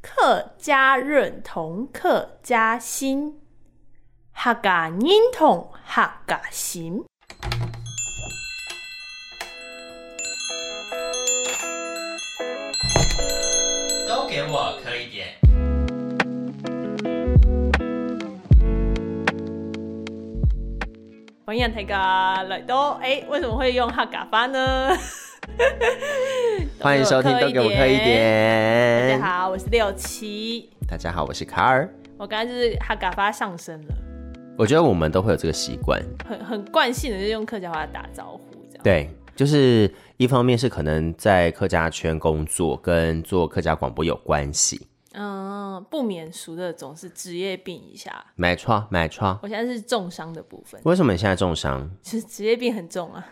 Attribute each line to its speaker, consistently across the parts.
Speaker 1: 客加认同，客加心。哈嘎认同，哈嘎心。
Speaker 2: 都给我磕一点。
Speaker 1: 欢迎大家来到哎，为什么会用哈嘎发呢？
Speaker 2: 欢迎收听《都给我磕一
Speaker 1: 大
Speaker 2: 点
Speaker 1: 家》。好，我是六七，
Speaker 2: 大家好，我是卡尔。
Speaker 1: 我刚才就是哈嘎发上身了，
Speaker 2: 我觉得我们都会有这个习惯，
Speaker 1: 很很惯性的就用客家话打招呼这样。
Speaker 2: 对，就是一方面是可能在客家圈工作，跟做客家广播有关系。
Speaker 1: 嗯，不免俗的总是职业病一下。
Speaker 2: 买错，买错。
Speaker 1: 我现在是重伤的部分，
Speaker 2: 为什么你现在重伤？
Speaker 1: 其实职业病很重啊，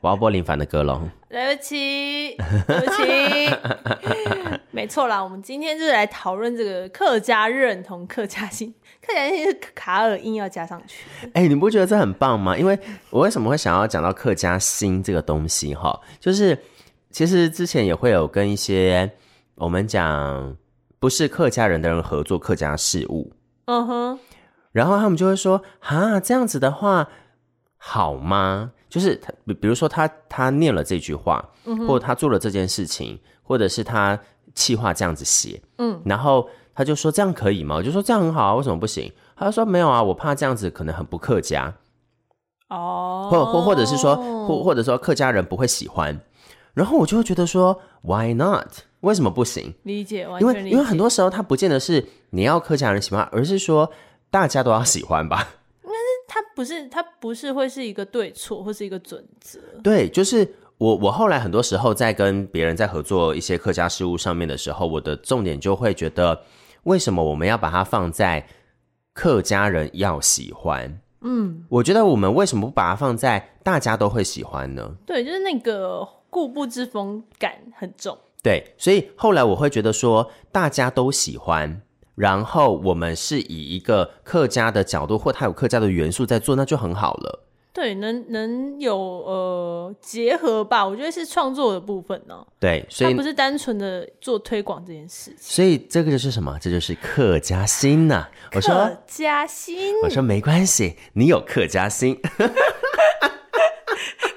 Speaker 2: 我要播林凡的歌喽。
Speaker 1: 对不起， 对不起， 没错啦。我们今天就是来讨论这个客家认同、客家心、客家心是卡尔硬要加上去。
Speaker 2: 哎、你不觉得这很棒吗？因为我为什么会想要讲到客家心这个东西哈，就是其实之前也会有跟一些我们讲不是客家人的人合作客家事务，
Speaker 1: 嗯哼，
Speaker 2: 然后他们就会说啊，这样子的话好吗？就是他，比比如说他他念了这句话，
Speaker 1: 嗯
Speaker 2: 或者他做了这件事情，或者是他气话这样子写，嗯，然后他就说这样可以吗？我就说这样很好啊，为什么不行？他就说没有啊，我怕这样子可能很不客家。
Speaker 1: 哦，
Speaker 2: 或或或者是说，或或者说客家人不会喜欢，然后我就会觉得说，Why not？为什么不行？
Speaker 1: 理解，完
Speaker 2: 因
Speaker 1: 全理解。
Speaker 2: 为因为很多时候他不见得是你要客家人喜欢，而是说大家都要喜欢吧？
Speaker 1: 它不是它不是会是一个对错或是一个准则。
Speaker 2: 对，就是我我后来很多时候在跟别人在合作一些客家事务上面的时候，我的重点就会觉得，为什么我们要把它放在客家人要喜欢？嗯，我觉得我们为什么不把它放在大家都会喜欢呢？
Speaker 1: 对，就是那个固步自封感很重。
Speaker 2: 对，所以后来我会觉得说，大家都喜欢，然后我们是以一个客家的角度，或它有客家的元素在做，那就很好了。
Speaker 1: 对，能能有呃结合吧，我觉得是创作的部分呢、哦
Speaker 2: 对，所
Speaker 1: 它
Speaker 2: 以
Speaker 1: 不是单纯的做推广这件事情。
Speaker 2: 所以这个就是什么？这就是客家心呐、我说
Speaker 1: 客家心，
Speaker 2: 我说没关系，你有客家心，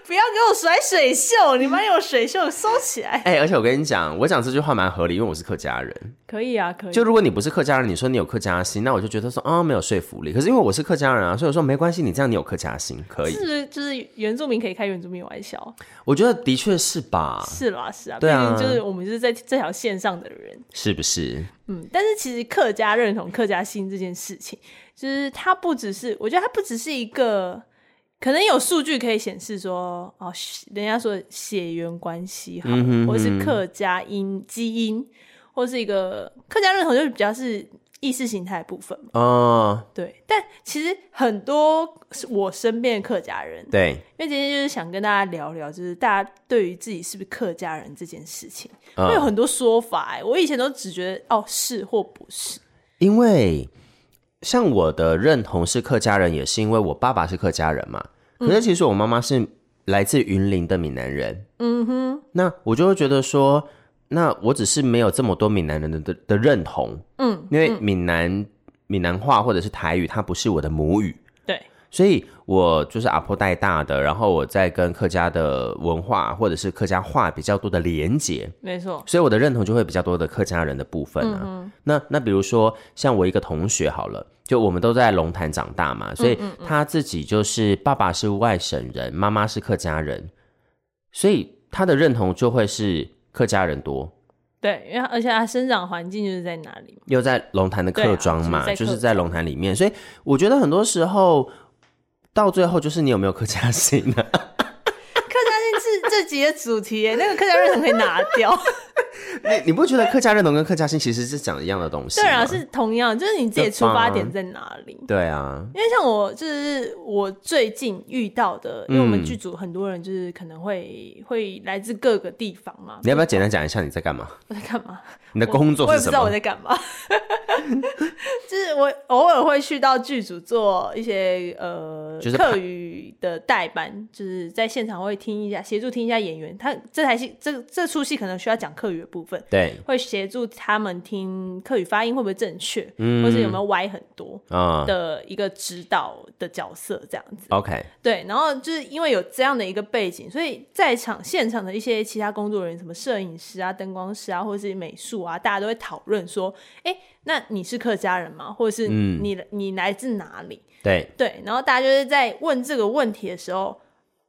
Speaker 1: 不要给我甩水袖，你把我水袖收起来。
Speaker 2: 哎，而且我跟你讲，我讲这句话蛮合理，因为我是客家人。
Speaker 1: 可以啊，可以。
Speaker 2: 就如果你不是客家人，你说你有客家心，那我就觉得说啊、没有说服力。可是因为我是客家人啊，所以我说没关系，你这样你有客家心可以
Speaker 1: 是。不是就是原住民可以开原住民玩笑？
Speaker 2: 我觉得的确是吧，
Speaker 1: 是啦，是啊，毕
Speaker 2: 对啊
Speaker 1: 竟就是我们就是在这条线上的人。
Speaker 2: 是不是？
Speaker 1: 嗯，但是其实客家认同、客家心这件事情，就是它不只是，我觉得它不只是一个，可能有数据可以显示说，哦，血人家说血缘关系好了，
Speaker 2: 嗯
Speaker 1: 或是客家因基因，或是一个客家认同，就是比较是意识形态的部分嘛。
Speaker 2: 哦，
Speaker 1: 对，但其实很多是我身边的客家人，
Speaker 2: 对，
Speaker 1: 因为今天就是想跟大家聊聊，就是大家对于自己是不是客家人这件事情，
Speaker 2: 嗯
Speaker 1: 会有很多说法、欸。我以前都只觉得哦是或不是，
Speaker 2: 因为像我的认同是客家人，也是因为我爸爸是客家人嘛。可是其实我妈妈是来自云林的闽南人，嗯哼，那我就会觉得说，那我只是没有这么多闽南人的的的认同，
Speaker 1: 嗯，
Speaker 2: 因为闽南闽南话或者是台语，它不是我的母语，
Speaker 1: 对，
Speaker 2: 所以我就是阿婆带大的，然后我在跟客家的文化或者是客家话比较多的连结，
Speaker 1: 没错，
Speaker 2: 所以我的认同就会比较多的客家人的部分
Speaker 1: 嗯
Speaker 2: 啊。那那比如说像我一个同学好了，就我们都在龙潭长大
Speaker 1: 嗯
Speaker 2: 嘛，所以他自己就是爸爸是外省人，妈妈是客家人，所以他的认同就会是客家人多，
Speaker 1: 对，因为而且他生长环境就是在哪里嘛，
Speaker 2: 又在龙潭的客庄嘛，
Speaker 1: 对啊
Speaker 2: 就
Speaker 1: 就是在客庄
Speaker 2: 是在龙潭里面，所以我觉得很多时候。到最后就是你有没有客家心啊呢、
Speaker 1: 客家是这集的主题、 欸，那个客家认同可以拿 掉。
Speaker 2: 你你不觉得客家认同跟客家心其实是讲一样的东西吗？
Speaker 1: 对啊，是同样，就是你自己出发点在哪里。
Speaker 2: 对啊，
Speaker 1: 因为像我，就是我最近遇到的，因为我
Speaker 2: 嗯
Speaker 1: 们剧组很多人就是可能会会来自各个地方嘛。
Speaker 2: 你要不要简单讲一下你在干嘛？
Speaker 1: 我在干嘛？
Speaker 2: 你的工
Speaker 1: 我
Speaker 2: 作
Speaker 1: 也不
Speaker 2: 是
Speaker 1: 知
Speaker 2: 什
Speaker 1: 道我
Speaker 2: 么？
Speaker 1: 在干嘛， 就是我偶尔会去到剧组做一些呃
Speaker 2: 就是
Speaker 1: 课余的代班，就是在现场会听一下，协助听一下演员。他这台戏这这出戏可能需要讲课余的部分，
Speaker 2: 对，
Speaker 1: 会协助他们听客语发音会不会正确，
Speaker 2: 嗯，
Speaker 1: 或是有没有歪很多
Speaker 2: 啊、
Speaker 1: 的一个指导的角色这样子。
Speaker 2: o k
Speaker 1: 对，然后就是因为有这样的一个背景，所以在场现场的一些其他工作人员，什么摄影师啊、灯光师啊，或者是美术啊，大家都会讨论说，哎，那你是客家人吗？或者是
Speaker 2: 嗯
Speaker 1: 你、你来自哪里？
Speaker 2: 对，
Speaker 1: 对，然后大家就是在问这个问题的时候，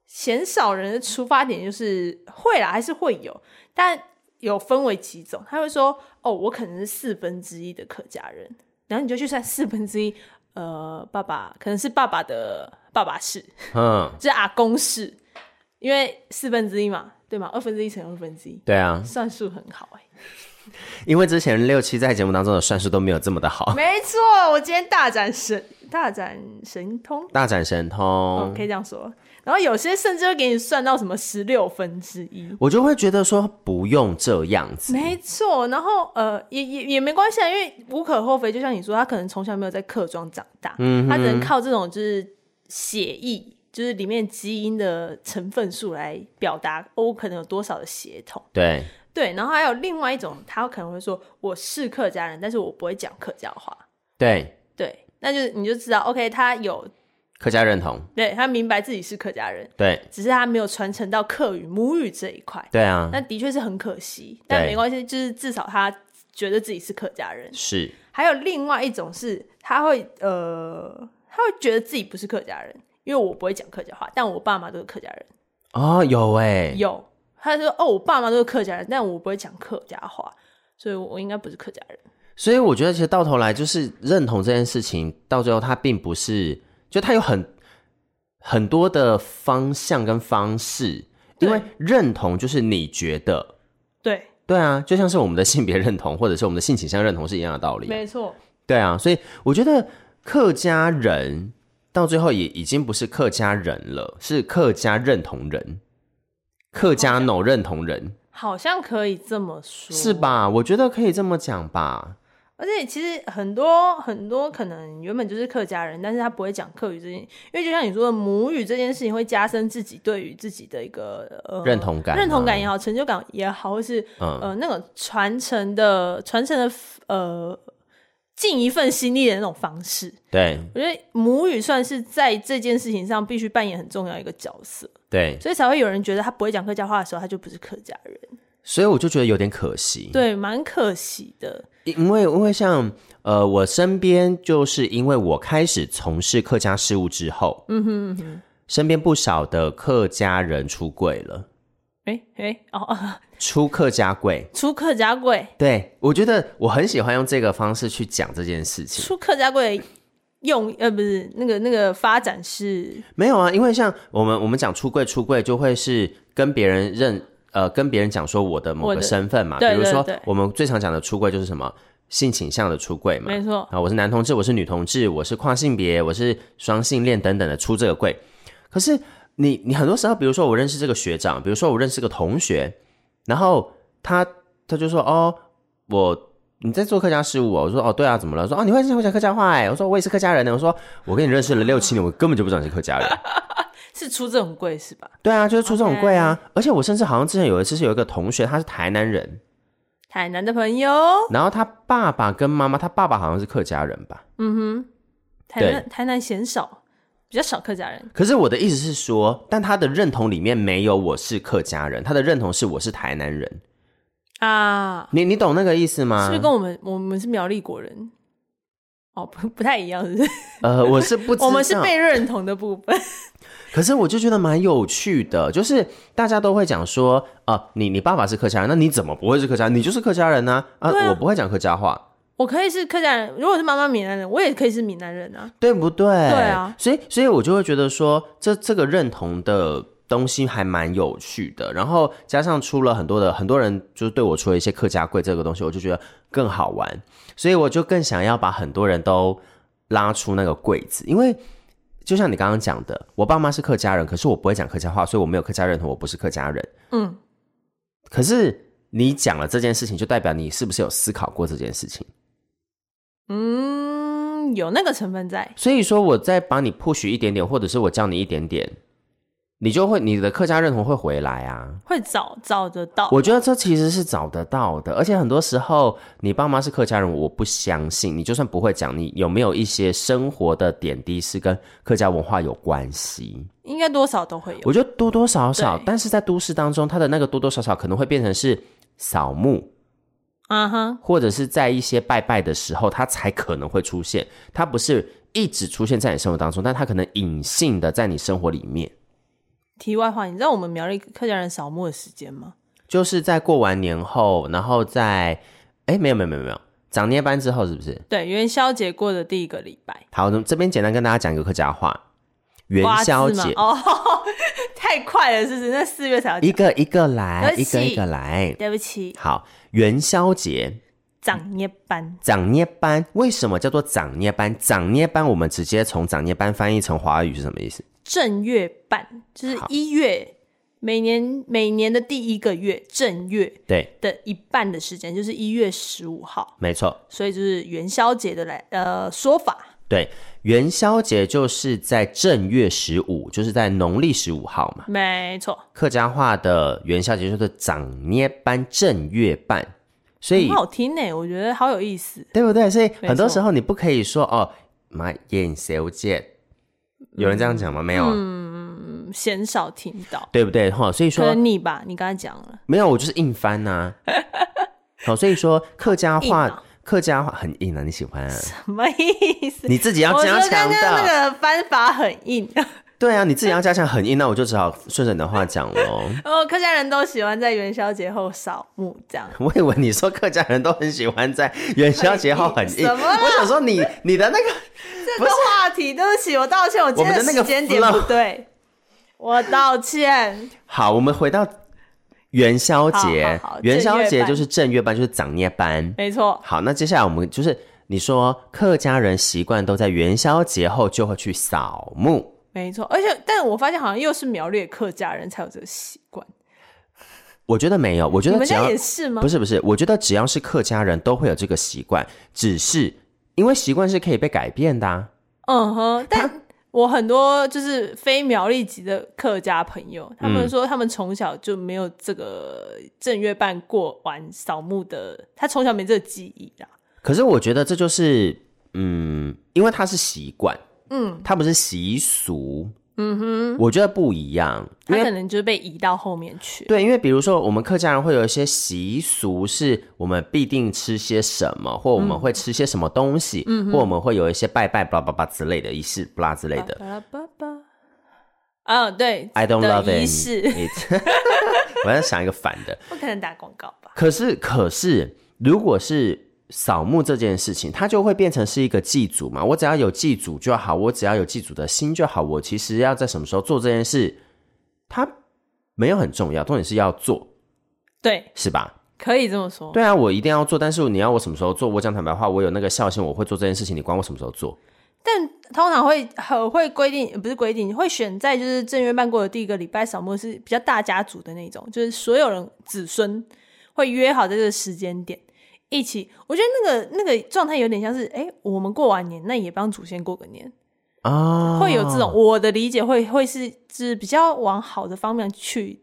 Speaker 1: 鲜少人的出发点就是会啦，还是会有，但有分为几种。他会说：“哦，我可能是四分之一的客家人。”然后你就去算四分之一，呃，爸爸可能是爸爸的爸爸是，
Speaker 2: 嗯，
Speaker 1: 就是阿公是，因为四分之一嘛，对吗？二分之一乘以二分之一，
Speaker 2: 对啊，
Speaker 1: 算术很好哎、
Speaker 2: 因为之前六七在节目当中的算术都没有这么的好，
Speaker 1: 没错，我今天大展神大展神通。
Speaker 2: 大展神通。
Speaker 1: 哦，可以这样说。然后有些甚至会给你算到什么十六分之一，
Speaker 2: 我就会觉得说不用这样子，
Speaker 1: 没错。然后呃，也也也没关系啊，因为无可厚非。就像你说，他可能从小没有在客庄长大，他只能靠这种就是血裔，就是里面基因的成分数来表达哦，我可能有多少的血统。
Speaker 2: 对，
Speaker 1: 对，然后还有另外一种，他可能会说我是客家人，但是我不会讲客家话。
Speaker 2: 对，
Speaker 1: 对，那就是你就知道，OK，他有
Speaker 2: 客家认同，
Speaker 1: 对他明白自己是客家人，
Speaker 2: 对，
Speaker 1: 只是他没有传承到客语母语这一块。
Speaker 2: 对啊，
Speaker 1: 那的确是很可惜，但
Speaker 2: 对
Speaker 1: 没关系，就是至少他觉得自己是客家人。
Speaker 2: 是，
Speaker 1: 还有另外一种是，他会呃，他会觉得自己不是客家人，因为我不会讲客家话，但我爸妈都是客家人。
Speaker 2: 哦，有哎，
Speaker 1: 有，他就说哦，我爸妈都是客家人，但我不会讲客家话，所以我我应该不是客家人。
Speaker 2: 所以我觉得其实到头来就是认同这件事情，到最后它并不是，就它有很很多的方向跟方式，因为认同就是你觉得，
Speaker 1: 对，
Speaker 2: 对啊，就像是我们的性别认同或者是我们的性倾向认同是一样的道理啊，
Speaker 1: 没错，
Speaker 2: 对啊，所以我觉得客家人到最后也已经不是客家人了，是客家认同人，客家 no 认同人
Speaker 1: 好像可以这么说，
Speaker 2: 是？吧？我觉得可以这么讲吧。
Speaker 1: 而且其实很多很多可能原本就是客家人，但是他不会讲客语这件，因为就像你说的母语这件事情，会加深自己对于自己的一个呃
Speaker 2: 认同感啊
Speaker 1: 认同感也好，成就感也好，或是、
Speaker 2: 嗯
Speaker 1: 呃那种传承的传承的呃尽一份心力的那种方式。
Speaker 2: 对
Speaker 1: 我觉得母语算是在这件事情上必须扮演很重要一个角色，
Speaker 2: 对，
Speaker 1: 所以才会有人觉得他不会讲客家话的时候，他就不是客家人，
Speaker 2: 所以我就觉得有点可惜。
Speaker 1: 对，蛮可惜的。
Speaker 2: 因为因为像呃，我身边就是因为我开始从事客家事务之后，嗯哼身边不少的客家人出柜了，
Speaker 1: 哎哎哦哦，
Speaker 2: 出客家柜。
Speaker 1: 出客家贵。
Speaker 2: 对，我觉得我很喜欢用这个方式去讲这件事情。
Speaker 1: 出客家柜用呃不是那个那个发展是
Speaker 2: 没有啊，因为像我们我们讲出柜，出柜就会是跟别人认呃跟别人讲说我的某
Speaker 1: 我
Speaker 2: 个
Speaker 1: 的
Speaker 2: 身份嘛，
Speaker 1: 对
Speaker 2: 比如说
Speaker 1: 对对
Speaker 2: 我们最常讲的出柜就是什么性倾向的出柜嘛，
Speaker 1: 没错，
Speaker 2: 啊，我是男同志，我是女同志，我是跨性别，我是双性恋等等的出这个柜。可是你你很多时候，比如说我认识这个学长，比如说我认识个同学，然后他他就说哦，我你在做客家事务、哦，我说哦对啊，怎么了？说哦你会讲会讲客家话哎，我说我也是客家人呢，我说我跟你认识了六七年，我根本就不知道你是客家人。
Speaker 1: 是出这种柜是吧？
Speaker 2: 对啊，就是出这种柜啊。而且我甚至好像之前有一次是有一个同学，他是台南人，
Speaker 1: 台南的朋友，
Speaker 2: 然后他爸爸跟妈妈，他爸爸好像是客家人吧。
Speaker 1: 台南台南嫌少，比较少客家人。
Speaker 2: 可是我的意思是说，但他的认同里面没有我是客家人，他的认同是我是台南人。
Speaker 1: 啊，
Speaker 2: 你你懂那个意思
Speaker 1: 是
Speaker 2: 吗？
Speaker 1: 不是跟我们我们是苗栗国人？哦，不不太一样，是不是？
Speaker 2: 呃，我是不知道，
Speaker 1: 我们是被认同的部分。
Speaker 2: 可是我就觉得蛮有趣的，就是大家都会讲说，啊、你你爸爸是客家人，那你怎么不会是客家人？你就是客家人呐、啊！
Speaker 1: 对啊
Speaker 2: 我不会讲客家话，
Speaker 1: 我可以是客家人，如果是妈妈闽南人，我也可以是闽南人啊。
Speaker 2: 对不对？对
Speaker 1: 啊，
Speaker 2: 所以所以我就会觉得说，这这个认同的东西还蛮有趣的。然后加上出了很多的很多人，就是对我出了一些客家柜这个东西，我就觉得更好玩，所以我就更想要把很多人都拉出那个柜子，因为。就像你刚刚讲的，我爸妈是客家人，可是我不会讲客家话，所以我没有客家认同，我不是客家人。
Speaker 1: 嗯，
Speaker 2: 可是你讲了这件事情，就代表你是不是有思考过这件事情？
Speaker 1: 嗯，有那个成分在。
Speaker 2: 所以说，我再把你 push 一点点，或者是我教你一点点，你就会你的客家认同会回来啊。
Speaker 1: 会找找得到。
Speaker 2: 我觉得这其实是找得到的，而且很多时候你爸妈是客家人，我不相信你就算不会讲，你有没有一些生活的点滴是跟客家文化有关系？
Speaker 1: 应该多少都会有。
Speaker 2: 我觉得多多少少
Speaker 1: 对，
Speaker 2: 但是在都市当中，它的那个多多少少可能会变成是扫墓，
Speaker 1: 啊哈，
Speaker 2: 或者是在一些拜拜的时候，它才可能会出现。它不是一直出现在你生活当中，但它可能隐性的在你生活里面，
Speaker 1: 题外话，你知道我们苗栗客家人扫墓的时间吗？
Speaker 2: 就是在过完年后，然后在哎没有没有没有没有长年班之后，是不是？
Speaker 1: 对，元宵节过的第一个礼拜，
Speaker 2: 好，那这边简单跟大家讲一个客家话，元
Speaker 1: 瓜子
Speaker 2: 宵
Speaker 1: 嘛
Speaker 2: 节，
Speaker 1: 哦，太快了，是不是？那四月才要
Speaker 2: 一
Speaker 1: 讲。
Speaker 2: 个一个来
Speaker 1: 对，不
Speaker 2: 一
Speaker 1: 起
Speaker 2: 个一个来。
Speaker 1: 对不起，
Speaker 2: 好，元宵节
Speaker 1: 长夜班
Speaker 2: 长捏班为什么叫做长捏班？长捏班我们直接从长捏班翻译成华语是什么意思？
Speaker 1: 正月办，就是
Speaker 2: 好
Speaker 1: 一月，每年每年的第一个月正月
Speaker 2: 对，
Speaker 1: 的一半的时间，就是一月十五号，
Speaker 2: 没错，
Speaker 1: 所以就是元宵节的来呃说法。
Speaker 2: 对，元宵节就是在正月十五，就是在农历十五号嘛。
Speaker 1: 没错，
Speaker 2: 客家话的元宵节就是长捏班正月半，所以
Speaker 1: 很好听呢，我觉得好有意思。
Speaker 2: 对不对？所以
Speaker 1: 没
Speaker 2: 很多
Speaker 1: 错
Speaker 2: 时候你不可以说哦，妈元宵节，有人这样讲吗？没有啊，
Speaker 1: 嗯，鲜少听到，
Speaker 2: 对不对？哈，所以
Speaker 1: 可
Speaker 2: 说
Speaker 1: 能你吧，你刚才讲了，
Speaker 2: 没有，我就是硬 翻呐、好，所以说客家话，
Speaker 1: 硬啊
Speaker 2: 客家话很硬啊，你喜欢、啊？
Speaker 1: 什么意思？
Speaker 2: 你自己要
Speaker 1: 我
Speaker 2: 加
Speaker 1: 说
Speaker 2: 强
Speaker 1: 刚
Speaker 2: 的，
Speaker 1: 刚那个翻法很硬，
Speaker 2: 对啊，你自己要加强很硬，那我就只好顺着你的话讲喽。
Speaker 1: 哦，客家人都喜欢在元宵节后扫墓，这样
Speaker 2: 我以为你说客家人都很喜欢在元宵节后 很硬，
Speaker 1: 什么啦
Speaker 2: 我想说你你的那个
Speaker 1: 这个话题，对不起，我道歉，我今天
Speaker 2: 我们的那个
Speaker 1: 时间点
Speaker 2: flow
Speaker 1: 不对，我道歉。
Speaker 2: 好，我们回到元宵节
Speaker 1: 好好好，
Speaker 2: 元宵
Speaker 1: 正月
Speaker 2: 节
Speaker 1: 班
Speaker 2: 就是正月班，就是长夜班。
Speaker 1: 没错，
Speaker 2: 好，那接下来我们就是你说客家人习惯都在元宵节后就会去扫墓，
Speaker 1: 没错，而且，但我发现好像又是苗栗客家人才有这个习惯，
Speaker 2: 我觉得没有，我觉
Speaker 1: 你
Speaker 2: 得
Speaker 1: 们
Speaker 2: 只
Speaker 1: 家
Speaker 2: 要
Speaker 1: 也是吗？
Speaker 2: 不是不是，我觉得只要是客家人都会有这个习惯，只是因为习惯是可以被改变的、啊。
Speaker 1: 嗯哼，但我很多就是非苗栗籍的客家朋友，他
Speaker 2: 嗯
Speaker 1: 们说他们从小就没有这个正月半过完扫墓的，他从小没这个记忆啦。
Speaker 2: 可是我觉得这就是，嗯，因为它是习惯，
Speaker 1: 嗯，
Speaker 2: 它不是习俗，嗯哼，我觉得不一样，因
Speaker 1: 他
Speaker 2: 为
Speaker 1: 可能就是被移到后面去。
Speaker 2: 对，因为比如说我们客家人会有一些习俗，是我们必定吃些什么，或我们会吃些什么东西，或我们会有一些拜拜、巴拉巴拉之类的仪式、巴拉之类的。
Speaker 1: 巴拉巴巴。啊，对
Speaker 2: I don't
Speaker 1: 的
Speaker 2: love it.
Speaker 1: 仪式，
Speaker 2: it 我在想一个反的。
Speaker 1: 不可能打广告吧？
Speaker 2: 可是，可是，如果是扫墓这件事情，它就会变成是一个祭祖嘛。我只要有祭祖就好，我只要有祭祖的心就好。我其实要在什么时候做这件事，它没有很重要，重点是要做，
Speaker 1: 对，
Speaker 2: 是吧？
Speaker 1: 可以这么说。
Speaker 2: 对啊，我一定要做，但是你要我什么时候做？我讲坦白话，我有那个孝心，我会做这件事情，你管我什么时候做？
Speaker 1: 但通常会很会规定，不是规定，会选在就是正月办过的第一个礼拜扫墓是比较大家族的那种，就是所有人子孙会约好在这个时间点一起。我觉得那个那个状态有点像是，哎、我们过完年，那也帮祖先过个年，哦
Speaker 2: 啊、
Speaker 1: 会有这种。我的理解会会是是比较往好的方面去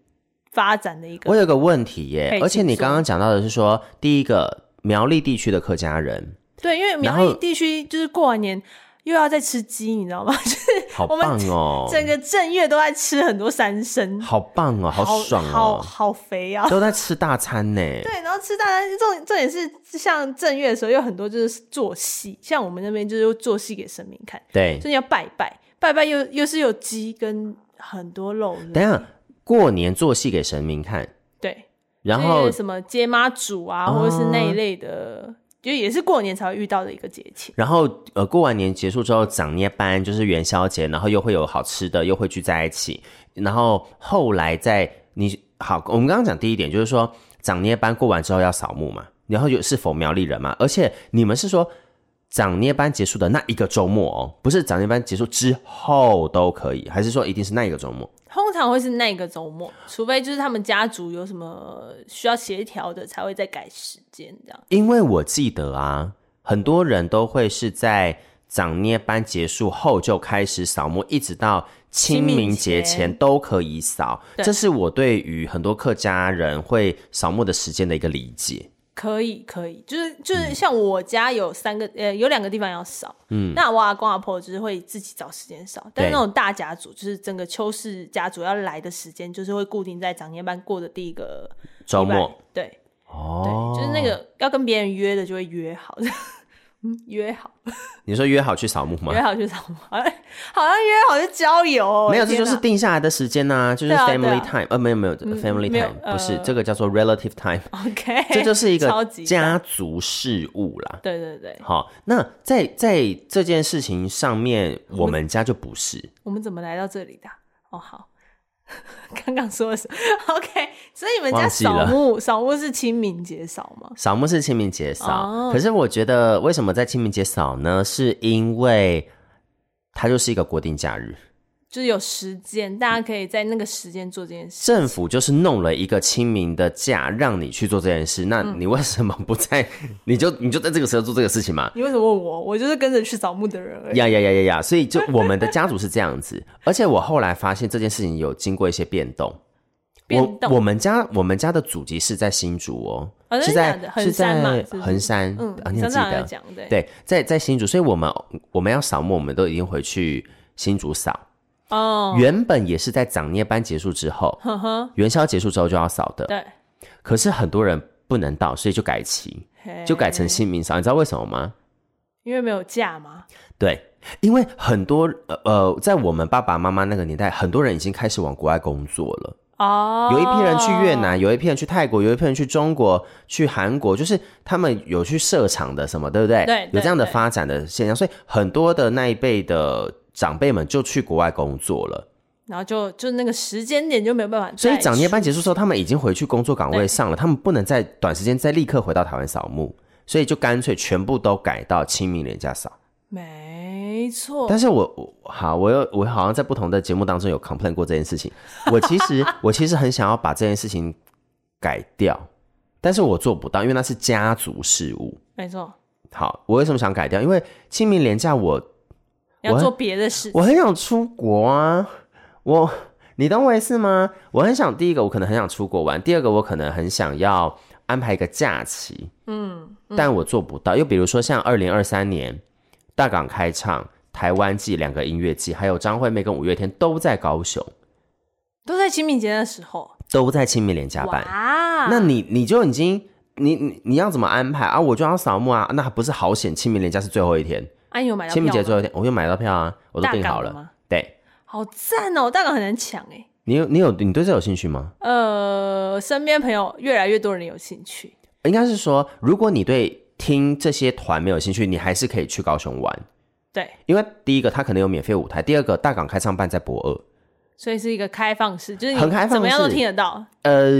Speaker 1: 发展的一
Speaker 2: 我
Speaker 1: 个。
Speaker 2: 有个问题
Speaker 1: 可
Speaker 2: 耶
Speaker 1: 以，
Speaker 2: 而且
Speaker 1: 请
Speaker 2: 你
Speaker 1: 说
Speaker 2: 刚刚讲到的是说，第一个苗栗地区的客家人，
Speaker 1: 对，因为苗
Speaker 2: 然
Speaker 1: 栗
Speaker 2: 后
Speaker 1: 地区就是过完年又要再吃鸡，你知道吗？ 就是
Speaker 2: 好
Speaker 1: 我们
Speaker 2: 棒哦，
Speaker 1: 整个正月都在吃很多三牲。
Speaker 2: 好棒哦，好爽
Speaker 1: 好
Speaker 2: 哦，
Speaker 1: 好肥 啊！
Speaker 2: 都在吃大餐呢。
Speaker 1: 对，然后吃大餐，重重点是像正月的时候有很多就是做戏，像我们那边就是做戏给神明看，
Speaker 2: 对，
Speaker 1: 所以要拜拜，拜拜又又是有鸡跟很多肉类，
Speaker 2: 等一下过年做戏给神明看，
Speaker 1: 对，
Speaker 2: 然
Speaker 1: 所以
Speaker 2: 后
Speaker 1: 有什么接妈祖啊，
Speaker 2: 哦
Speaker 1: 或者是那一类的，就也是过年才会遇到的一个节庆。
Speaker 2: 然后呃，过完年结束之后，长夜班就是元宵节，然后又会有好吃的，又会聚在一起。然后后来在你好，我们刚刚讲第一点就是说，长夜班过完之后要扫墓嘛，然后有是否苗栗人嘛？而且你们是说长夜班结束的那一个周末哦，不是长夜班结束之后都可以，还是说一定是那一个周末？
Speaker 1: 通常会是那个周末，除非就是他们家族有什么需要协调的，才会再改时间这样。
Speaker 2: 因为我记得啊，很多人都会是在长捏班结束后就开始扫墓，一直到清明节前都可以扫，
Speaker 1: 对
Speaker 2: 这是我对于很多客家人会扫墓的时间的一个理解。
Speaker 1: 可以，可以，就是
Speaker 2: 嗯
Speaker 1: 就是像我家有三个，呃，有两个地方要扫，嗯，那我阿公阿婆就是会自己找时间扫，但是
Speaker 2: 对
Speaker 1: 那种大家族，就是整个邱氏家族要来的时间，就是会固定在长年班过的第一个
Speaker 2: 周
Speaker 1: 礼拜
Speaker 2: 末，
Speaker 1: 对对，
Speaker 2: 哦，
Speaker 1: 就是那个要跟别人约的就会约好， 嗯，约好，
Speaker 2: 你说约好去扫墓吗
Speaker 1: 约？好去扫墓，好像 好像约好去郊游哦、
Speaker 2: 没有，这
Speaker 1: 天
Speaker 2: 就是
Speaker 1: 哪
Speaker 2: 定下来的时间呐、就是
Speaker 1: 对啊对啊
Speaker 2: family time，、呃，没有没有，family
Speaker 1: 没有
Speaker 2: time 不是、
Speaker 1: 呃
Speaker 2: 这个叫做 relative time，
Speaker 1: OK，
Speaker 2: 这就是一
Speaker 1: 超
Speaker 2: 个
Speaker 1: 级
Speaker 2: 家族事务啦。
Speaker 1: 对对对，
Speaker 2: 好，那在在这件事情上面，我们家就不是，
Speaker 1: 我们怎么来到这里的啊？哦，好， 刚刚说了什么？OK，所以你们家
Speaker 2: 忘记
Speaker 1: 扫
Speaker 2: 了
Speaker 1: 墓，扫墓是清明节扫吗？
Speaker 2: 扫墓是清明节扫，
Speaker 1: 哦
Speaker 2: 可是我觉得为什么在清明节扫呢？是因为它就是一个国定假日，
Speaker 1: 就是有时间，大家可以在那个时间做这件事。
Speaker 2: 政府就是弄了一个清明的假让你去做这件事，那
Speaker 1: 嗯
Speaker 2: 你为什么不在？ 你就你就在这个时候做这个事情嘛？
Speaker 1: 你为什么问我？我就是跟着去扫墓的人而已。
Speaker 2: 呀呀呀呀呀！所以就我们的家族是这样子， 而且我后来发现这件事情有经过一些变动。
Speaker 1: 变动
Speaker 2: 我我们家我们家的祖籍是在新竹哦，
Speaker 1: 哦真的
Speaker 2: 是
Speaker 1: 假
Speaker 2: 在
Speaker 1: 的
Speaker 2: 是
Speaker 1: 横山嘛
Speaker 2: 在
Speaker 1: 是不是
Speaker 2: 横山，
Speaker 1: 嗯
Speaker 2: 啊，，你
Speaker 1: 你
Speaker 2: 有
Speaker 1: 上
Speaker 2: 记
Speaker 1: 次好像有
Speaker 2: 得？
Speaker 1: 讲对
Speaker 2: 对，在在新竹，所以我们我们要扫墓，我们都一定回去新竹扫。
Speaker 1: 哦，
Speaker 2: 原本也是在长夜班结束之后，
Speaker 1: 呵呵，
Speaker 2: 元宵结束之后就要扫的，
Speaker 1: 对，
Speaker 2: 可是很多人不能到，所以就改期，
Speaker 1: 嘿
Speaker 2: 就改成清明扫。你知道为什么吗？
Speaker 1: 因为没有假嘛。
Speaker 2: 对，因为很多呃呃，在我们爸爸妈妈那个年代，很多人已经开始往国外工作了。
Speaker 1: 哦，
Speaker 2: 有一批人去越，南，有一批人去泰国，有一批人去中国、去韩国，就是他们有去设厂的什么，对不对？
Speaker 1: 对
Speaker 2: 有这样的
Speaker 1: 对对
Speaker 2: 发展的现象，所以很多的那一辈的长辈们就去国外工作了。
Speaker 1: 然后就就那个时间点就没有办法再去。
Speaker 2: 所以长夜班结束之后，他们已经回去工作岗
Speaker 1: 对
Speaker 2: 位上了，他们不能在短时间再立刻回到台湾扫墓，所以就干脆全部都改到清明连假扫。
Speaker 1: 没错，
Speaker 2: 但是我我好，我有我好像在不同的节目当中有 complain 过这件事情。我其实我其实很想要把这件事情改掉，但是我做不到，因为那是家族事务。
Speaker 1: 没错，
Speaker 2: 好，我为什么想改掉？因为清明连假我
Speaker 1: 要
Speaker 2: 我
Speaker 1: 做别的事
Speaker 2: 我很想出国啊，我你懂我意思吗？我很想第一个我可能很想出国玩，第二个我可能很想要安排一个假期，嗯，但我做不到。又比如说像二零二三年大港开唱。台湾季两个音乐季，还有张惠妹跟五月天都在高雄，
Speaker 1: 都在清明节的时候。
Speaker 2: 都在清明连假办。
Speaker 1: 哇，
Speaker 2: 那你你就已经你你你要怎么安排啊？我就要扫墓啊，那不是好险？清明连假是最后一天，
Speaker 1: 啊，你有买到
Speaker 2: 清明节
Speaker 1: 票
Speaker 2: 最
Speaker 1: 吗
Speaker 2: 后一天，我就买到票啊，我都
Speaker 1: 大
Speaker 2: 订
Speaker 1: 港
Speaker 2: 好
Speaker 1: 的
Speaker 2: 了。
Speaker 1: 吗
Speaker 2: 对
Speaker 1: 好赞哦！大港很难抢哎、
Speaker 2: 你有你有你对这有兴趣吗？
Speaker 1: 呃，身边朋友越来越多人有兴趣，
Speaker 2: 应该是说，如果你对听这些团没有兴趣，你还是可以去高雄玩，
Speaker 1: 对，
Speaker 2: 因为第一个它可能有免费舞台，第二个大港开唱办在博二，
Speaker 1: 所以是一个开放式，就是你
Speaker 2: 很开放式
Speaker 1: 怎么样都听得到。
Speaker 2: 呃，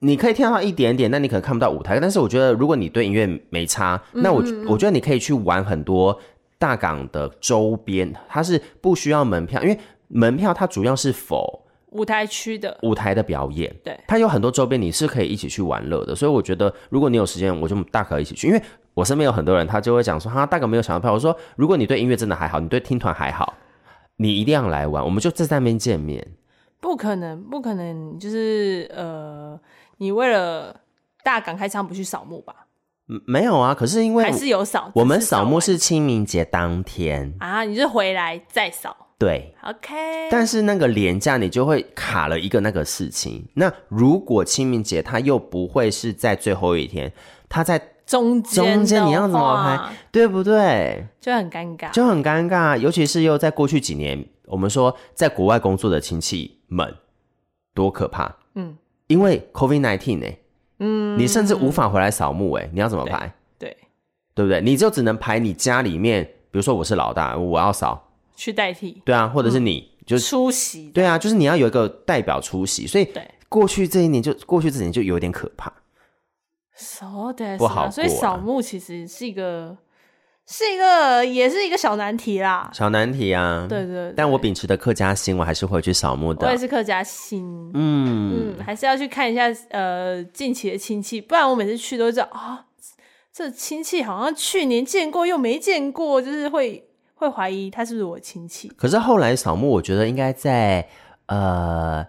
Speaker 2: 你可以听到一点点，但你可能看不到舞台。但是我觉得，如果你对音乐没差，那我我觉得你可以去玩很多大港的周边，它是不需要门票，因为门票它主要是否
Speaker 1: 舞台区的，
Speaker 2: 舞台的表演。
Speaker 1: 对，
Speaker 2: 它有很多周边你是可以一起去玩乐的，所以我觉得如果你有时间，我就大可一起去，因为我身边有很多人，他就会讲说哈，大可没有抢到票。我说如果你对音乐真的还好，你对听团还好，你一定要来玩，我们就在那边见面。
Speaker 1: 不可能，不可能，就是呃，你为了大港开唱不去扫墓吧？
Speaker 2: 嗯没有啊，可是因为
Speaker 1: 还是有扫，
Speaker 2: 我们
Speaker 1: 只
Speaker 2: 扫墓
Speaker 1: 完
Speaker 2: 是清明节当天，
Speaker 1: 啊，你是回来再扫
Speaker 2: 对。
Speaker 1: ，OK？
Speaker 2: 但是那个廉价你就会卡了一个那个事情。那如果清明节它又不会是在最后一天，它在
Speaker 1: 中间
Speaker 2: 中间你
Speaker 1: 的
Speaker 2: 要怎么
Speaker 1: 话
Speaker 2: 对不对？
Speaker 1: 就很尴尬，
Speaker 2: 就很尴尬，啊尤其是又在过去几年，我们说在国外工作的亲戚们多可怕，
Speaker 1: 嗯
Speaker 2: 因为 COVID nineteen 呢、
Speaker 1: 嗯，
Speaker 2: 你甚至无法回来扫墓哎、你要怎么排？
Speaker 1: 对，
Speaker 2: 对不对？你就只能排你家里面，比如说我是老大，我要扫，
Speaker 1: 去代替
Speaker 2: 对啊，或者是
Speaker 1: 嗯
Speaker 2: 你、就是
Speaker 1: 出席的，
Speaker 2: 对啊，就是你要有一个代表出席，所以
Speaker 1: 对。
Speaker 2: 过去这一年就过去这几年就有点可怕，
Speaker 1: So t h
Speaker 2: 不好
Speaker 1: 所以
Speaker 2: 过啊
Speaker 1: 扫墓其实是一个，是一个，也是一个小难题啦。
Speaker 2: 小难题啊。
Speaker 1: 对对对
Speaker 2: 但我秉持的客家心，我还是会去扫墓
Speaker 1: 我也
Speaker 2: 的。
Speaker 1: 是客家心，
Speaker 2: 嗯，
Speaker 1: 嗯，还是要去看一下呃近期的亲戚，不然我每次去都知道啊，这亲戚好像去年见过又没见过，就是会会怀疑他是不是我亲戚。
Speaker 2: 可是后来扫墓，我觉得应该在呃，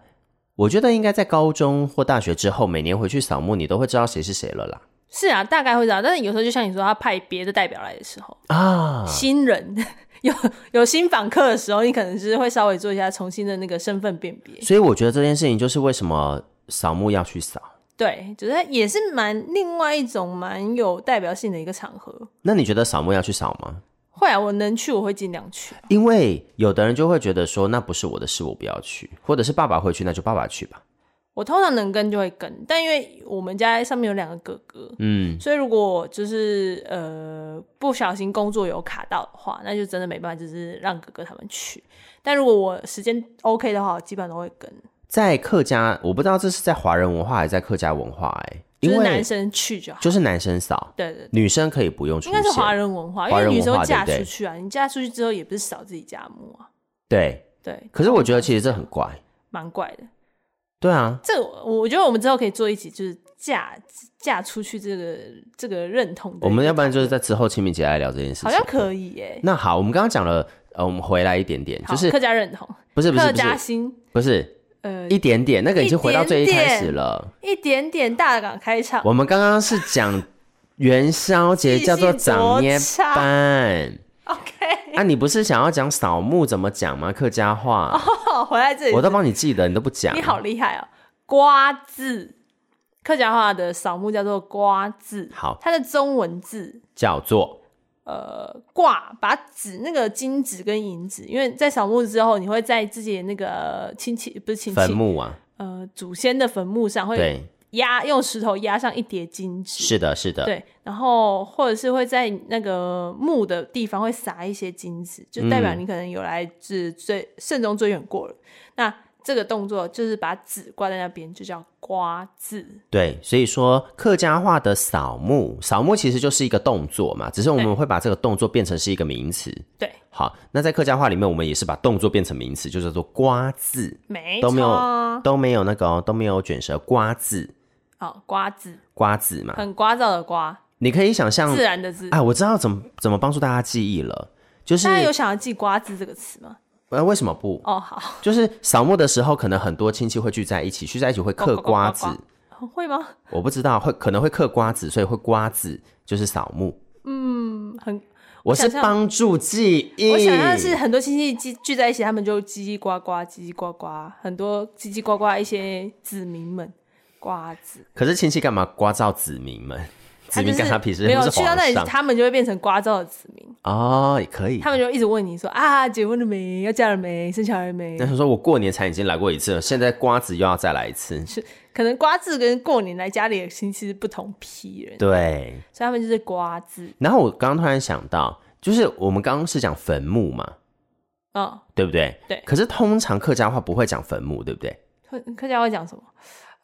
Speaker 2: 我觉得应该在高中或大学之后，每年回去扫墓，你都会知道谁是谁了啦。
Speaker 1: 是啊，大概会知道，但是有时候就像你说，他派别的代表来的时候，
Speaker 2: 啊，
Speaker 1: 新人 有有新访客的时候，你可能就是会稍微做一下重新的那个身份辨别。
Speaker 2: 所以我觉得这件事情就是为什么扫墓要去扫。
Speaker 1: 对，就是也是蛮另外一种蛮有代表性的一个场合。
Speaker 2: 那你觉得扫墓要去扫吗？
Speaker 1: 会啊，我能去我会尽量去。
Speaker 2: 因为有的人就会觉得说，那不是我的事，我不要去，或者是爸爸会去，那就爸爸去吧。
Speaker 1: 我通常能跟就会跟，但因为我们家上面有两个哥哥，
Speaker 2: 嗯，
Speaker 1: 所以如果就是呃不小心工作有卡到的话，那就真的没办法，就是让哥哥他们去。但如果我时间 OK 的话，我基本上都会跟，
Speaker 2: 在客家，我不知道这是在华人文化还是在客家文化、哎，
Speaker 1: 就
Speaker 2: 因
Speaker 1: 是
Speaker 2: 为
Speaker 1: 男生去就好。
Speaker 2: 就是男生扫，
Speaker 1: 对对对，
Speaker 2: 女生可以不用出
Speaker 1: 应
Speaker 2: 现
Speaker 1: 该是。华人文化，因
Speaker 2: 华人
Speaker 1: 为女
Speaker 2: 文化
Speaker 1: 生会嫁
Speaker 2: 对不
Speaker 1: 出
Speaker 2: 对
Speaker 1: 去啊，你嫁出去之后也不是扫自己家墓啊，
Speaker 2: 对，
Speaker 1: 对，
Speaker 2: 可是我觉得其实这很怪。
Speaker 1: 蛮怪的。
Speaker 2: 对啊，
Speaker 1: 这我我觉得我们之后可以做一集，就是嫁嫁出去这个这个认同的一个。
Speaker 2: 我们要不然就是在之后清明节来聊这件事情。
Speaker 1: 好像可以耶、
Speaker 2: 那好，我们刚刚讲了，呃，我们回来一点点，
Speaker 1: 好
Speaker 2: 就是
Speaker 1: 客家认同，
Speaker 2: 不是不是
Speaker 1: 客
Speaker 2: 不是
Speaker 1: 家心，
Speaker 2: 不是
Speaker 1: 呃，
Speaker 2: 一点点，那个已经回到最一开
Speaker 1: 一
Speaker 2: 始
Speaker 1: 点
Speaker 2: 了。
Speaker 1: 一点点大港开场，
Speaker 2: 我们刚刚是讲元宵节叫做长捏班，
Speaker 1: OK，
Speaker 2: 啊，你不是想要讲扫墓怎么讲吗？客家话，
Speaker 1: 好，回来这里，
Speaker 2: 我都帮你记得，你都不讲。
Speaker 1: 哦你好，厉害哦！瓜字，客家话的扫墓叫做瓜字，
Speaker 2: 好
Speaker 1: 它的中文字
Speaker 2: 叫做
Speaker 1: 呃挂，把纸那个金纸跟银纸，因为在扫墓之后，你会在自己的那个亲戚不是亲
Speaker 2: 坟
Speaker 1: 戚
Speaker 2: 墓啊，
Speaker 1: 呃祖先的坟墓上会
Speaker 2: 对，
Speaker 1: 压用石头压上一叠金纸，
Speaker 2: 是的，是的，
Speaker 1: 对，然后或者是会在那个墓的地方会撒一些金子，就代表
Speaker 2: 嗯
Speaker 1: 你可能有来自最慎终追远过了。那这个动作就是把纸挂在那边，就叫刮字。
Speaker 2: 对，所以说客家话的扫墓，扫墓其实就是一个动作嘛，只是我们
Speaker 1: 对
Speaker 2: 会把这个动作变成是一个名词。
Speaker 1: 对，
Speaker 2: 好，那在客家话里面，我们也是把动作变成名词，就叫做刮字，
Speaker 1: 没
Speaker 2: 都没有
Speaker 1: 错啊，
Speaker 2: 都没有那个、哦、都没有卷舌，刮字，
Speaker 1: 哦，刮字，
Speaker 2: 刮字嘛，
Speaker 1: 很聒噪的聒，
Speaker 2: 你可以想象
Speaker 1: 自然的字。
Speaker 2: 啊，我知道怎么怎么帮助大家记忆了，就是
Speaker 1: 大家有想要记“刮字”这个词吗？
Speaker 2: 呃为什么不？
Speaker 1: 哦，好，
Speaker 2: 就是扫墓的时候，可能很多亲戚会聚在一起，聚在一起会嗑
Speaker 1: 呱呱呱呱
Speaker 2: 瓜子，
Speaker 1: 会吗？
Speaker 2: 我不知道会可能会嗑瓜子，所以会瓜子就是扫墓。
Speaker 1: 嗯，很，
Speaker 2: 我是
Speaker 1: 想象
Speaker 2: 帮助记忆，
Speaker 1: 我想象是很多亲戚聚聚在一起，他们就叽叽呱呱，叽叽呱呱，很多叽叽呱呱一些子民们瓜子。
Speaker 2: 可是亲戚干嘛刮照子民们？子
Speaker 1: 他就
Speaker 2: 民
Speaker 1: 是
Speaker 2: 干他屁事？
Speaker 1: 没
Speaker 2: 又
Speaker 1: 有
Speaker 2: 不
Speaker 1: 去到那
Speaker 2: 皇
Speaker 1: 里，
Speaker 2: 上
Speaker 1: 他们就会变成瓜照的子民，
Speaker 2: 哦，也可以
Speaker 1: 他。们就一直问你说啊，结婚了没？要嫁了没？生小孩了没
Speaker 2: 那？他说我过年才已经来过一次了，现在瓜子又要再来一次。
Speaker 1: 可能瓜字跟过年来家里的亲戚是不同批人，
Speaker 2: 对，
Speaker 1: 所以他们就是瓜字
Speaker 2: 然后我刚刚突然想到，就是我们刚刚是讲坟墓嘛，
Speaker 1: 啊。
Speaker 2: 对不对？
Speaker 1: 对
Speaker 2: 可是通常客家话不会讲坟墓，对不对？
Speaker 1: 客客家会讲什么？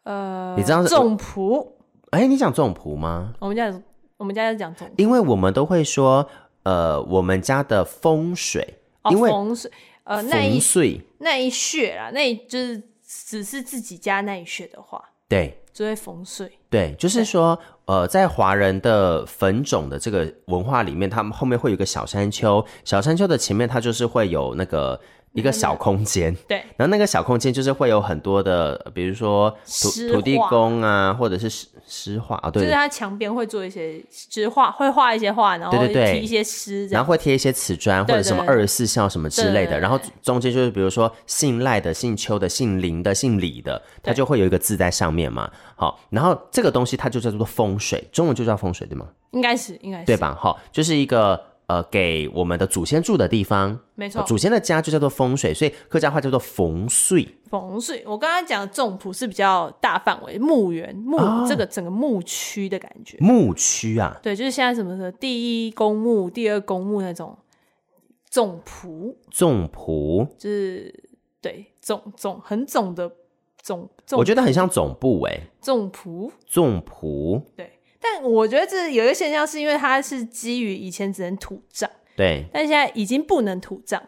Speaker 1: 呃，
Speaker 2: 你知道是
Speaker 1: 总仆，
Speaker 2: 哎，你讲种仆吗？
Speaker 1: 我们家有我们家就讲总仆，
Speaker 2: 因为我们都会说，呃，我们家的风水，
Speaker 1: 哦，
Speaker 2: 因为
Speaker 1: 逢水呃那
Speaker 2: 风
Speaker 1: 一
Speaker 2: 水，
Speaker 1: 那一穴啦，那一就是只是自己家那一穴的话，
Speaker 2: 对
Speaker 1: 就会逢水。
Speaker 2: 对，就是说，呃，在华人的坟冢的这个文化里面，他们后面会有一个小山丘，小山丘的前面它就是会有那个
Speaker 1: 嗯
Speaker 2: 一个小空间。
Speaker 1: 对，
Speaker 2: 然后那个小空间就是会有很多的，呃比如说
Speaker 1: 诗
Speaker 2: 土
Speaker 1: 画
Speaker 2: 土地公啊，或者是诗诗画啊，
Speaker 1: 就
Speaker 2: 对
Speaker 1: 是，他墙边会做一些，就是画会画一些画，然后
Speaker 2: 对对对
Speaker 1: 提一些诗这样
Speaker 2: 然。后会贴一些瓷砖或者
Speaker 1: 对
Speaker 2: 什么
Speaker 1: 对
Speaker 2: 二
Speaker 1: 对
Speaker 2: 十四孝什么之类
Speaker 1: 对
Speaker 2: 的，
Speaker 1: 对
Speaker 2: 然后中间就是比如说姓赖的、姓邱的、姓林的、姓李的，
Speaker 1: 对
Speaker 2: 它就会有一个字在上面嘛。好，然后这个东西它就叫做风水，中文就叫风水，对吗？
Speaker 1: 应该是，应该是，
Speaker 2: 对？吧？好，就是一个呃给我们的祖先住的地方，呃
Speaker 1: 没错，
Speaker 2: 祖先的家就叫做风水，所以客家话叫做逢岁。
Speaker 1: 逢水。我刚刚讲的种谱是比较大范围，墓园、墓、
Speaker 2: 哦
Speaker 1: 这个整个墓区的感觉。
Speaker 2: 牧区啊，
Speaker 1: 对，就是现在什么的第一公墓、第二公墓那种总谱，
Speaker 2: 纵仆，
Speaker 1: 就是对总总很总的总
Speaker 2: 我
Speaker 1: 总
Speaker 2: 觉得很像总部哎、
Speaker 1: 总谱。
Speaker 2: 纵仆，
Speaker 1: 对，但我觉得这有一个现象，是因为它是基于以前只能土葬，
Speaker 2: 对，
Speaker 1: 但现在已经不能土葬，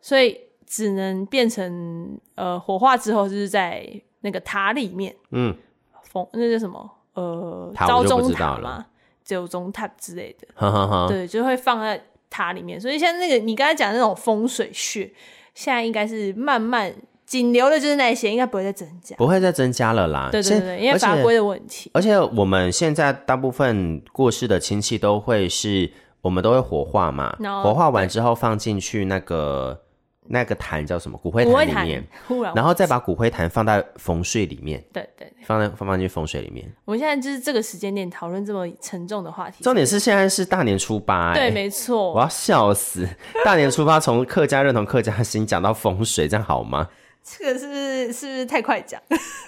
Speaker 1: 所以只能变成呃火化之后就是在那个塔里面。
Speaker 2: 嗯，
Speaker 1: 风那叫什么呃
Speaker 2: 塔我
Speaker 1: 昭
Speaker 2: 就不
Speaker 1: 中
Speaker 2: 知道
Speaker 1: 塔
Speaker 2: 了啊
Speaker 1: 嘛，九中塔之类的，
Speaker 2: 哈哈哈。
Speaker 1: 对，就会放在塔里面。所以像那个你刚才讲的那种风水穴，现在应该是慢慢仅留的就是那些，应该不会再增加。
Speaker 2: 不会再增加了啦。
Speaker 1: 对对
Speaker 2: 现
Speaker 1: 对对，因为
Speaker 2: 而且
Speaker 1: 法规的问题。
Speaker 2: 而且我们现在大部分过世的亲戚都会是，我们都会火化嘛
Speaker 1: 然后
Speaker 2: 火化完之后放进去那个那个坛叫什么骨灰
Speaker 1: 不会
Speaker 2: 坛里
Speaker 1: 谈
Speaker 2: 面，，
Speaker 1: 忽然
Speaker 2: 然后再把骨灰坛放在缝睡里面，
Speaker 1: 对对对，
Speaker 2: 放在放放进风水里面。
Speaker 1: 我们现在就是这个时间点讨论这么沉重的话题。
Speaker 2: 重点是现在是大年初八、
Speaker 1: 对，
Speaker 2: 哎，
Speaker 1: 没错
Speaker 2: 我。要笑死！大年初八从客家认同客家心讲到风水，这样好吗？
Speaker 1: 这个是不是是不是太快讲？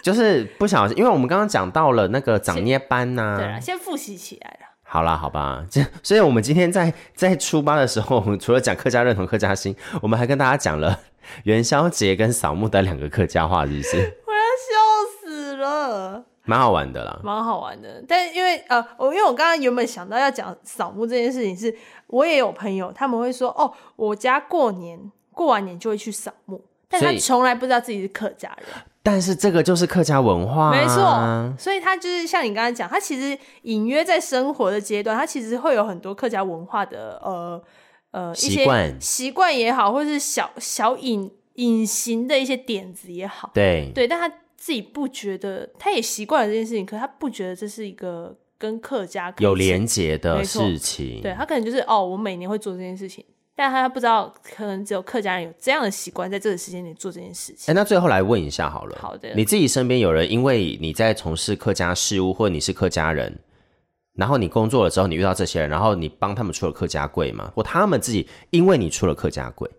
Speaker 2: 就是不小心，因为我们刚刚讲到了那个长捏班呐、
Speaker 1: 对啦，啊先复习起来了。
Speaker 2: 好啦，好吧，这所以我们今天在在初八的时候，我们除了讲客家认同客家心，我们还跟大家讲了元宵节跟扫墓的两个客家话，是不是？
Speaker 1: 我要笑死了，
Speaker 2: 蛮好玩的啦。
Speaker 1: 蛮好玩的。但因为呃，我因为我刚刚原本想到要讲扫墓这件事情是，我也有朋友他们会说，哦，我家过年过完年就会去扫墓，但
Speaker 2: 所
Speaker 1: 他
Speaker 2: 以
Speaker 1: 从来不知道自己是客家人。
Speaker 2: 但是这个就是客家文化、啊
Speaker 1: 没错，，所以他就是像你刚才讲，他其实隐约在生活的阶段，他其实会有很多客家文化的呃呃一
Speaker 2: 习
Speaker 1: 些
Speaker 2: 惯
Speaker 1: 习惯也好，或是小小隐隐形的一些点子也好，
Speaker 2: 对
Speaker 1: 对，但他自己不觉得，他也习惯了这件事情，可他不觉得这是一个跟客家可以
Speaker 2: 有
Speaker 1: 一起
Speaker 2: 连结的
Speaker 1: 没错
Speaker 2: 事情，
Speaker 1: 对他可能就是哦，我每年会做这件事情，但他不知道，可能只有客家人有这样的习惯，在这个时间点做这件事情。
Speaker 2: 哎、那最后来问一下好了，
Speaker 1: 好的
Speaker 2: 你自己身边有人因为你在从事客家事务，或你是客家人，然后你工作了之后，你遇到这些人，然后你帮他们出了客家柜吗？或他们自己因为你出了客家柜，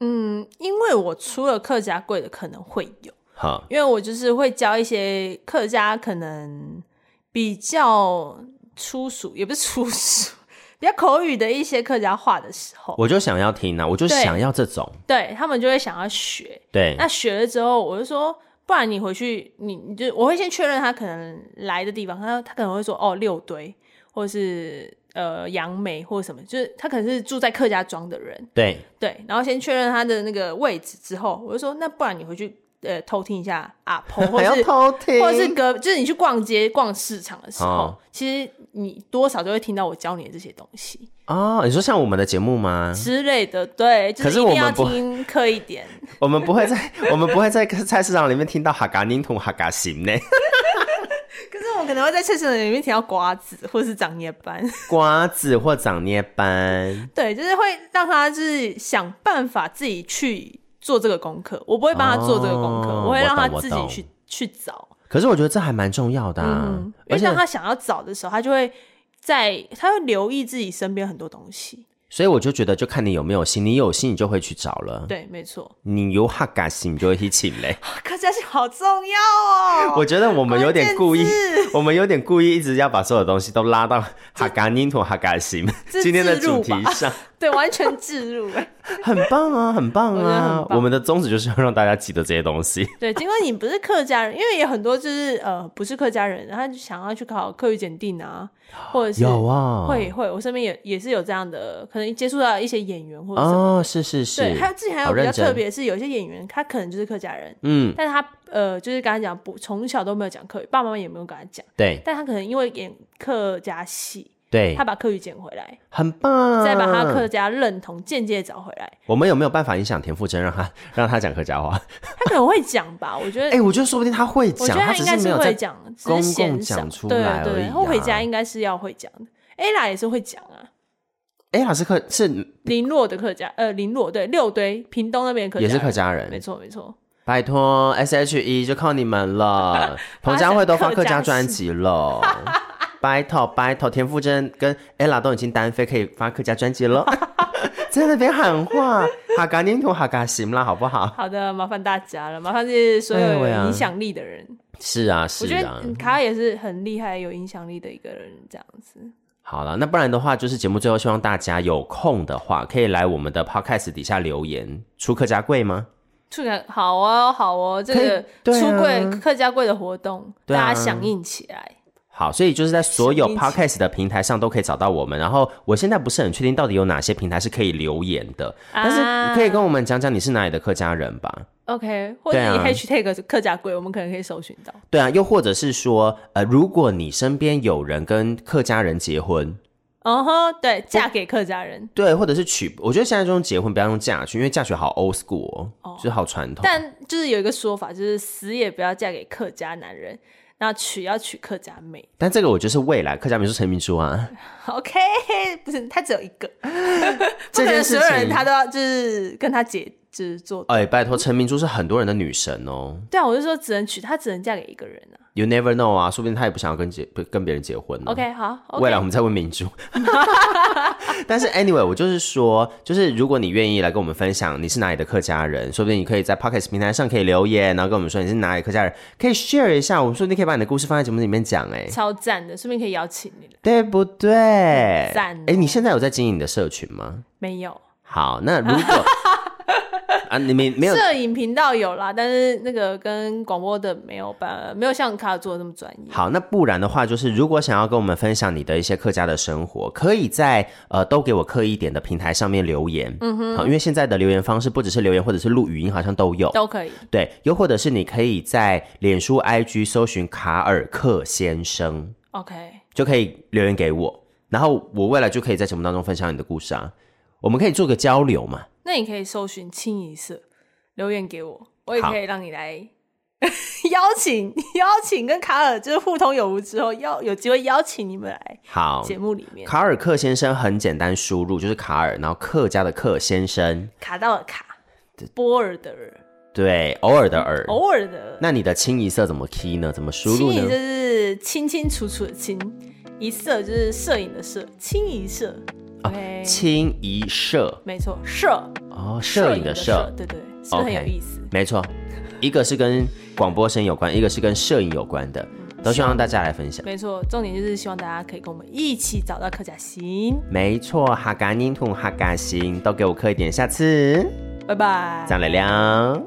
Speaker 1: 嗯，因为我出了客家柜的可能会有，
Speaker 2: 哈，
Speaker 1: 因为我就是会教一些客家可能比较粗俗，也不是粗俗，比较口语的一些客家话的时候，
Speaker 2: 我就想要听啊，我就
Speaker 1: 对哎
Speaker 2: 想要这种，
Speaker 1: 对他们就会想要学。
Speaker 2: 对，
Speaker 1: 那学了之后，我就说，不然你回去，你你就我会先确认他可能来的地方，他他可能会说哦六堆，或是呃杨梅或什么，就是他可能是住在客家庄的人，
Speaker 2: 对，
Speaker 1: 对，然后先确认他的那个位置之后，我就说那不然你回去呃偷听一下阿婆，或
Speaker 2: 还要
Speaker 1: 是
Speaker 2: 偷听，
Speaker 1: 或者是隔，就是你去逛街、逛市场的时候，
Speaker 2: 哦
Speaker 1: 其实你多少都会听到我教你的这些东西
Speaker 2: 哦，你说像我们的节目吗？
Speaker 1: 之类的，对，就
Speaker 2: 嗯可是
Speaker 1: 一
Speaker 2: 我
Speaker 1: 定要
Speaker 2: 们不
Speaker 1: 听刻一点。
Speaker 2: 我们不会在 我们不会在菜市场里面听到哈嘎宁同哈嘎行呢，
Speaker 1: 可是我可能会在菜市场里面听到瓜子或是长夜班，
Speaker 2: 瓜子或长捏班，
Speaker 1: 对，就是会让他就是想办法自己去做这个功课，我不会帮他做这个功课，
Speaker 2: 哦
Speaker 1: 我会让他
Speaker 2: 我懂
Speaker 1: 自己
Speaker 2: 我
Speaker 1: 去去找。
Speaker 2: 可是我觉得这还蛮重要的啊，
Speaker 1: 嗯，因
Speaker 2: 而
Speaker 1: 为
Speaker 2: 且
Speaker 1: 当他想要找的时候，他就会在他会留意自己身边很多东西。
Speaker 2: 所以我就觉得，就看你有没有心，你有心你就会去找了。
Speaker 1: 对，没 错，
Speaker 2: 你有哈嘎心，你就会去请 嘞。
Speaker 1: 客家性好重要哦。
Speaker 2: 我觉得我们有点故意
Speaker 1: 关键，
Speaker 2: 我们有点故意一直要把所有东西都拉到哈嘎宁同哈嘎心
Speaker 1: 这
Speaker 2: 今天的
Speaker 1: 自入
Speaker 2: 主
Speaker 1: 吧
Speaker 2: 题上，
Speaker 1: 对，完全置入。哎
Speaker 2: 很棒啊，很棒
Speaker 1: 我觉得很！
Speaker 2: 啊
Speaker 1: 棒
Speaker 2: 我们的宗旨就是要让大家记得这些东西。
Speaker 1: 对，尽管你不是客家人，因为有很多就是呃不是客家人，然后就想要去考客语检定啊，或者是
Speaker 2: 有啊，
Speaker 1: 会会，我身边也也是有这样的，可能接触到一些演员或者什么。
Speaker 2: 哦，是是是，
Speaker 1: 对，还有之前还有
Speaker 2: 好
Speaker 1: 比较
Speaker 2: 认真
Speaker 1: 特别是，有一些演员他可能就是客家人，
Speaker 2: 嗯，
Speaker 1: 但是他呃就是刚才讲不从小都没有讲客语，爸爸妈妈也没有跟他讲，
Speaker 2: 对
Speaker 1: 但他可能因为演客家戏，
Speaker 2: 对嗯
Speaker 1: 他，把客语捡回来，
Speaker 2: 很棒。
Speaker 1: 再把他客家认同间接找回来，
Speaker 2: 我们有没有办法影响田馥甄，让他让他讲客家话？
Speaker 1: 他可能会讲吧，我觉得
Speaker 2: 哎，我觉得说不定他会
Speaker 1: 我
Speaker 2: 讲，
Speaker 1: 觉得
Speaker 2: 他
Speaker 1: 他
Speaker 2: 只
Speaker 1: 应该
Speaker 2: 没有
Speaker 1: 会
Speaker 2: 在
Speaker 1: 讲，只
Speaker 2: 公
Speaker 1: 是
Speaker 2: 共
Speaker 1: 嫌
Speaker 2: 讲
Speaker 1: 少
Speaker 2: 出
Speaker 1: 对
Speaker 2: 来而
Speaker 1: 对，
Speaker 2: 已
Speaker 1: 后回
Speaker 2: 啊
Speaker 1: 家应该是要会讲的。ella 也是会讲啊，
Speaker 2: 哎，老师客是
Speaker 1: 林洛的客家，呃，林洛对六堆屏东那边的客
Speaker 2: 也是
Speaker 1: 人
Speaker 2: 客家
Speaker 1: 没
Speaker 2: 人，
Speaker 1: 错没错，
Speaker 2: 拜托 S H E 就靠你 们了。彭佳慧都发客家专辑了，拜托拜托，田馥甄跟 ella 都已经单飞，可以发客家专辑了。 在那边喊话，哈嘎宁土哈嘎行啦，好不好？
Speaker 1: 好的，麻烦大家了，麻烦这些所
Speaker 2: 哎
Speaker 1: 有
Speaker 2: 喂
Speaker 1: 有
Speaker 2: 啊
Speaker 1: 影响力的人，
Speaker 2: 是啊，
Speaker 1: 我
Speaker 2: 是
Speaker 1: 觉得
Speaker 2: 啊。
Speaker 1: 嗯卡尔也是很厉害、有影响力的一个人，这样子。
Speaker 2: 好了，那不然的话，就是节目最后希望大家有空的话，可以来我们的 podcast 底下留言，出客家贵吗？
Speaker 1: 出个好哦，好哦，这
Speaker 2: 可以
Speaker 1: 个
Speaker 2: 对
Speaker 1: 出柜、
Speaker 2: 啊
Speaker 1: 客家柜的活动，
Speaker 2: 对啊
Speaker 1: 大家响应起来。
Speaker 2: 好，所以就是在所有
Speaker 1: 什么意思
Speaker 2: podcast 的平台上都可以找到我们。然后我现在不是很确定到底有哪些平台是可以留言的，
Speaker 1: 啊
Speaker 2: 但是你可以跟我们讲讲你是哪里的客家人吧？
Speaker 1: OK，或者你
Speaker 2: 对啊
Speaker 1: hashtag 客家柜，我们可能可以搜寻到。
Speaker 2: 对啊，又或者是说，呃，如果你身边有人跟客家人结婚，
Speaker 1: 嗯哼，对，嫁给客家人，
Speaker 2: 对，或者是娶，我觉得现在这种结婚不要用嫁娶，因为嫁娶好 old school，、哦就是好传统。
Speaker 1: 但就是有一个说法，就是死也不要嫁给客家男人，那娶要娶客家妹。
Speaker 2: 但这个我就是未来客家民俗陈明珠 啊，
Speaker 1: OK，不是他只有一个，不
Speaker 2: 这
Speaker 1: 可能
Speaker 2: 件事
Speaker 1: 所有人
Speaker 2: 情
Speaker 1: 他都要就是跟他姐就是做。
Speaker 2: 哎、拜托，陈明珠是很多人的女神哦
Speaker 1: 对啊，我就说只能娶她，只能嫁给一个人啊。
Speaker 2: ，You never know 啊，说不定她也不想要跟结不跟别人结婚呢。
Speaker 1: OK，好
Speaker 2: 嗯未
Speaker 1: ，OK，
Speaker 2: 来我们再问明珠。 但是 anyway，我就是说，就是如果你愿意来跟我们分享你是哪里的客家人，说不定你可以在 Pocket 平台上可以留言，然后跟我们说你是哪里客家人，可以 share 一下，我们说不定可以把你的故事放在节目里面讲、哎，
Speaker 1: 超赞的，顺便可以邀请你了。
Speaker 2: 对不对？
Speaker 1: 赞哦
Speaker 2: 哎，你现在有在经营你的社群吗？
Speaker 1: 没有，
Speaker 2: 好，那如 果啊，你没没有
Speaker 1: 摄影频道有啦，但是那个跟广播的没有办，没有像卡尔做的那么专业。
Speaker 2: 好，那不然的话，就是如果想要跟我们分享你的一些客家的生活，可以在呃都给我刻意一点的平台上面留言，嗯哼，好，因为现在的留言方式不只是留言或者是录语音，好像都有，
Speaker 1: 都可以，
Speaker 2: 对，又或者是你可以在脸书、IG 搜寻卡尔克先生，
Speaker 1: OK，
Speaker 2: 就可以留言给我，然后我未来就可以在节目当中分享你的故事啊，我们可以做个交流嘛，
Speaker 1: 那你可以搜寻清一色，留言给我，我也
Speaker 2: 好
Speaker 1: 可以让你来 邀请邀请跟卡尔就是互通有无之后，邀有机会邀请你们来
Speaker 2: 好。
Speaker 1: 节目里面
Speaker 2: 卡尔克先生很简单，输入就是卡尔，然后客家的客先生，
Speaker 1: 卡到了卡，波尔的尔
Speaker 2: 对，偶尔的尔，
Speaker 1: 偶尔的
Speaker 2: 那你的清一色怎么 key 呢？怎么输
Speaker 1: 清
Speaker 2: 入
Speaker 1: 一就
Speaker 2: 呢？
Speaker 1: 是清清楚楚的清，一色就是摄影的摄，清一色。OK，
Speaker 2: 哦清一色
Speaker 1: 没错，摄
Speaker 2: 哦，摄影的摄，
Speaker 1: 对对，对是不是很有
Speaker 2: OK
Speaker 1: 意思？
Speaker 2: 没错，一个是跟广播声有关，一个是跟摄影有关的，都希望大家来分享。
Speaker 1: 没错，重点就是希望大家可以跟我们一起找到客家心。
Speaker 2: 没错，哈嘎宁土哈嘎星，都给我磕一点，下次
Speaker 1: 拜拜
Speaker 2: 再。来聊。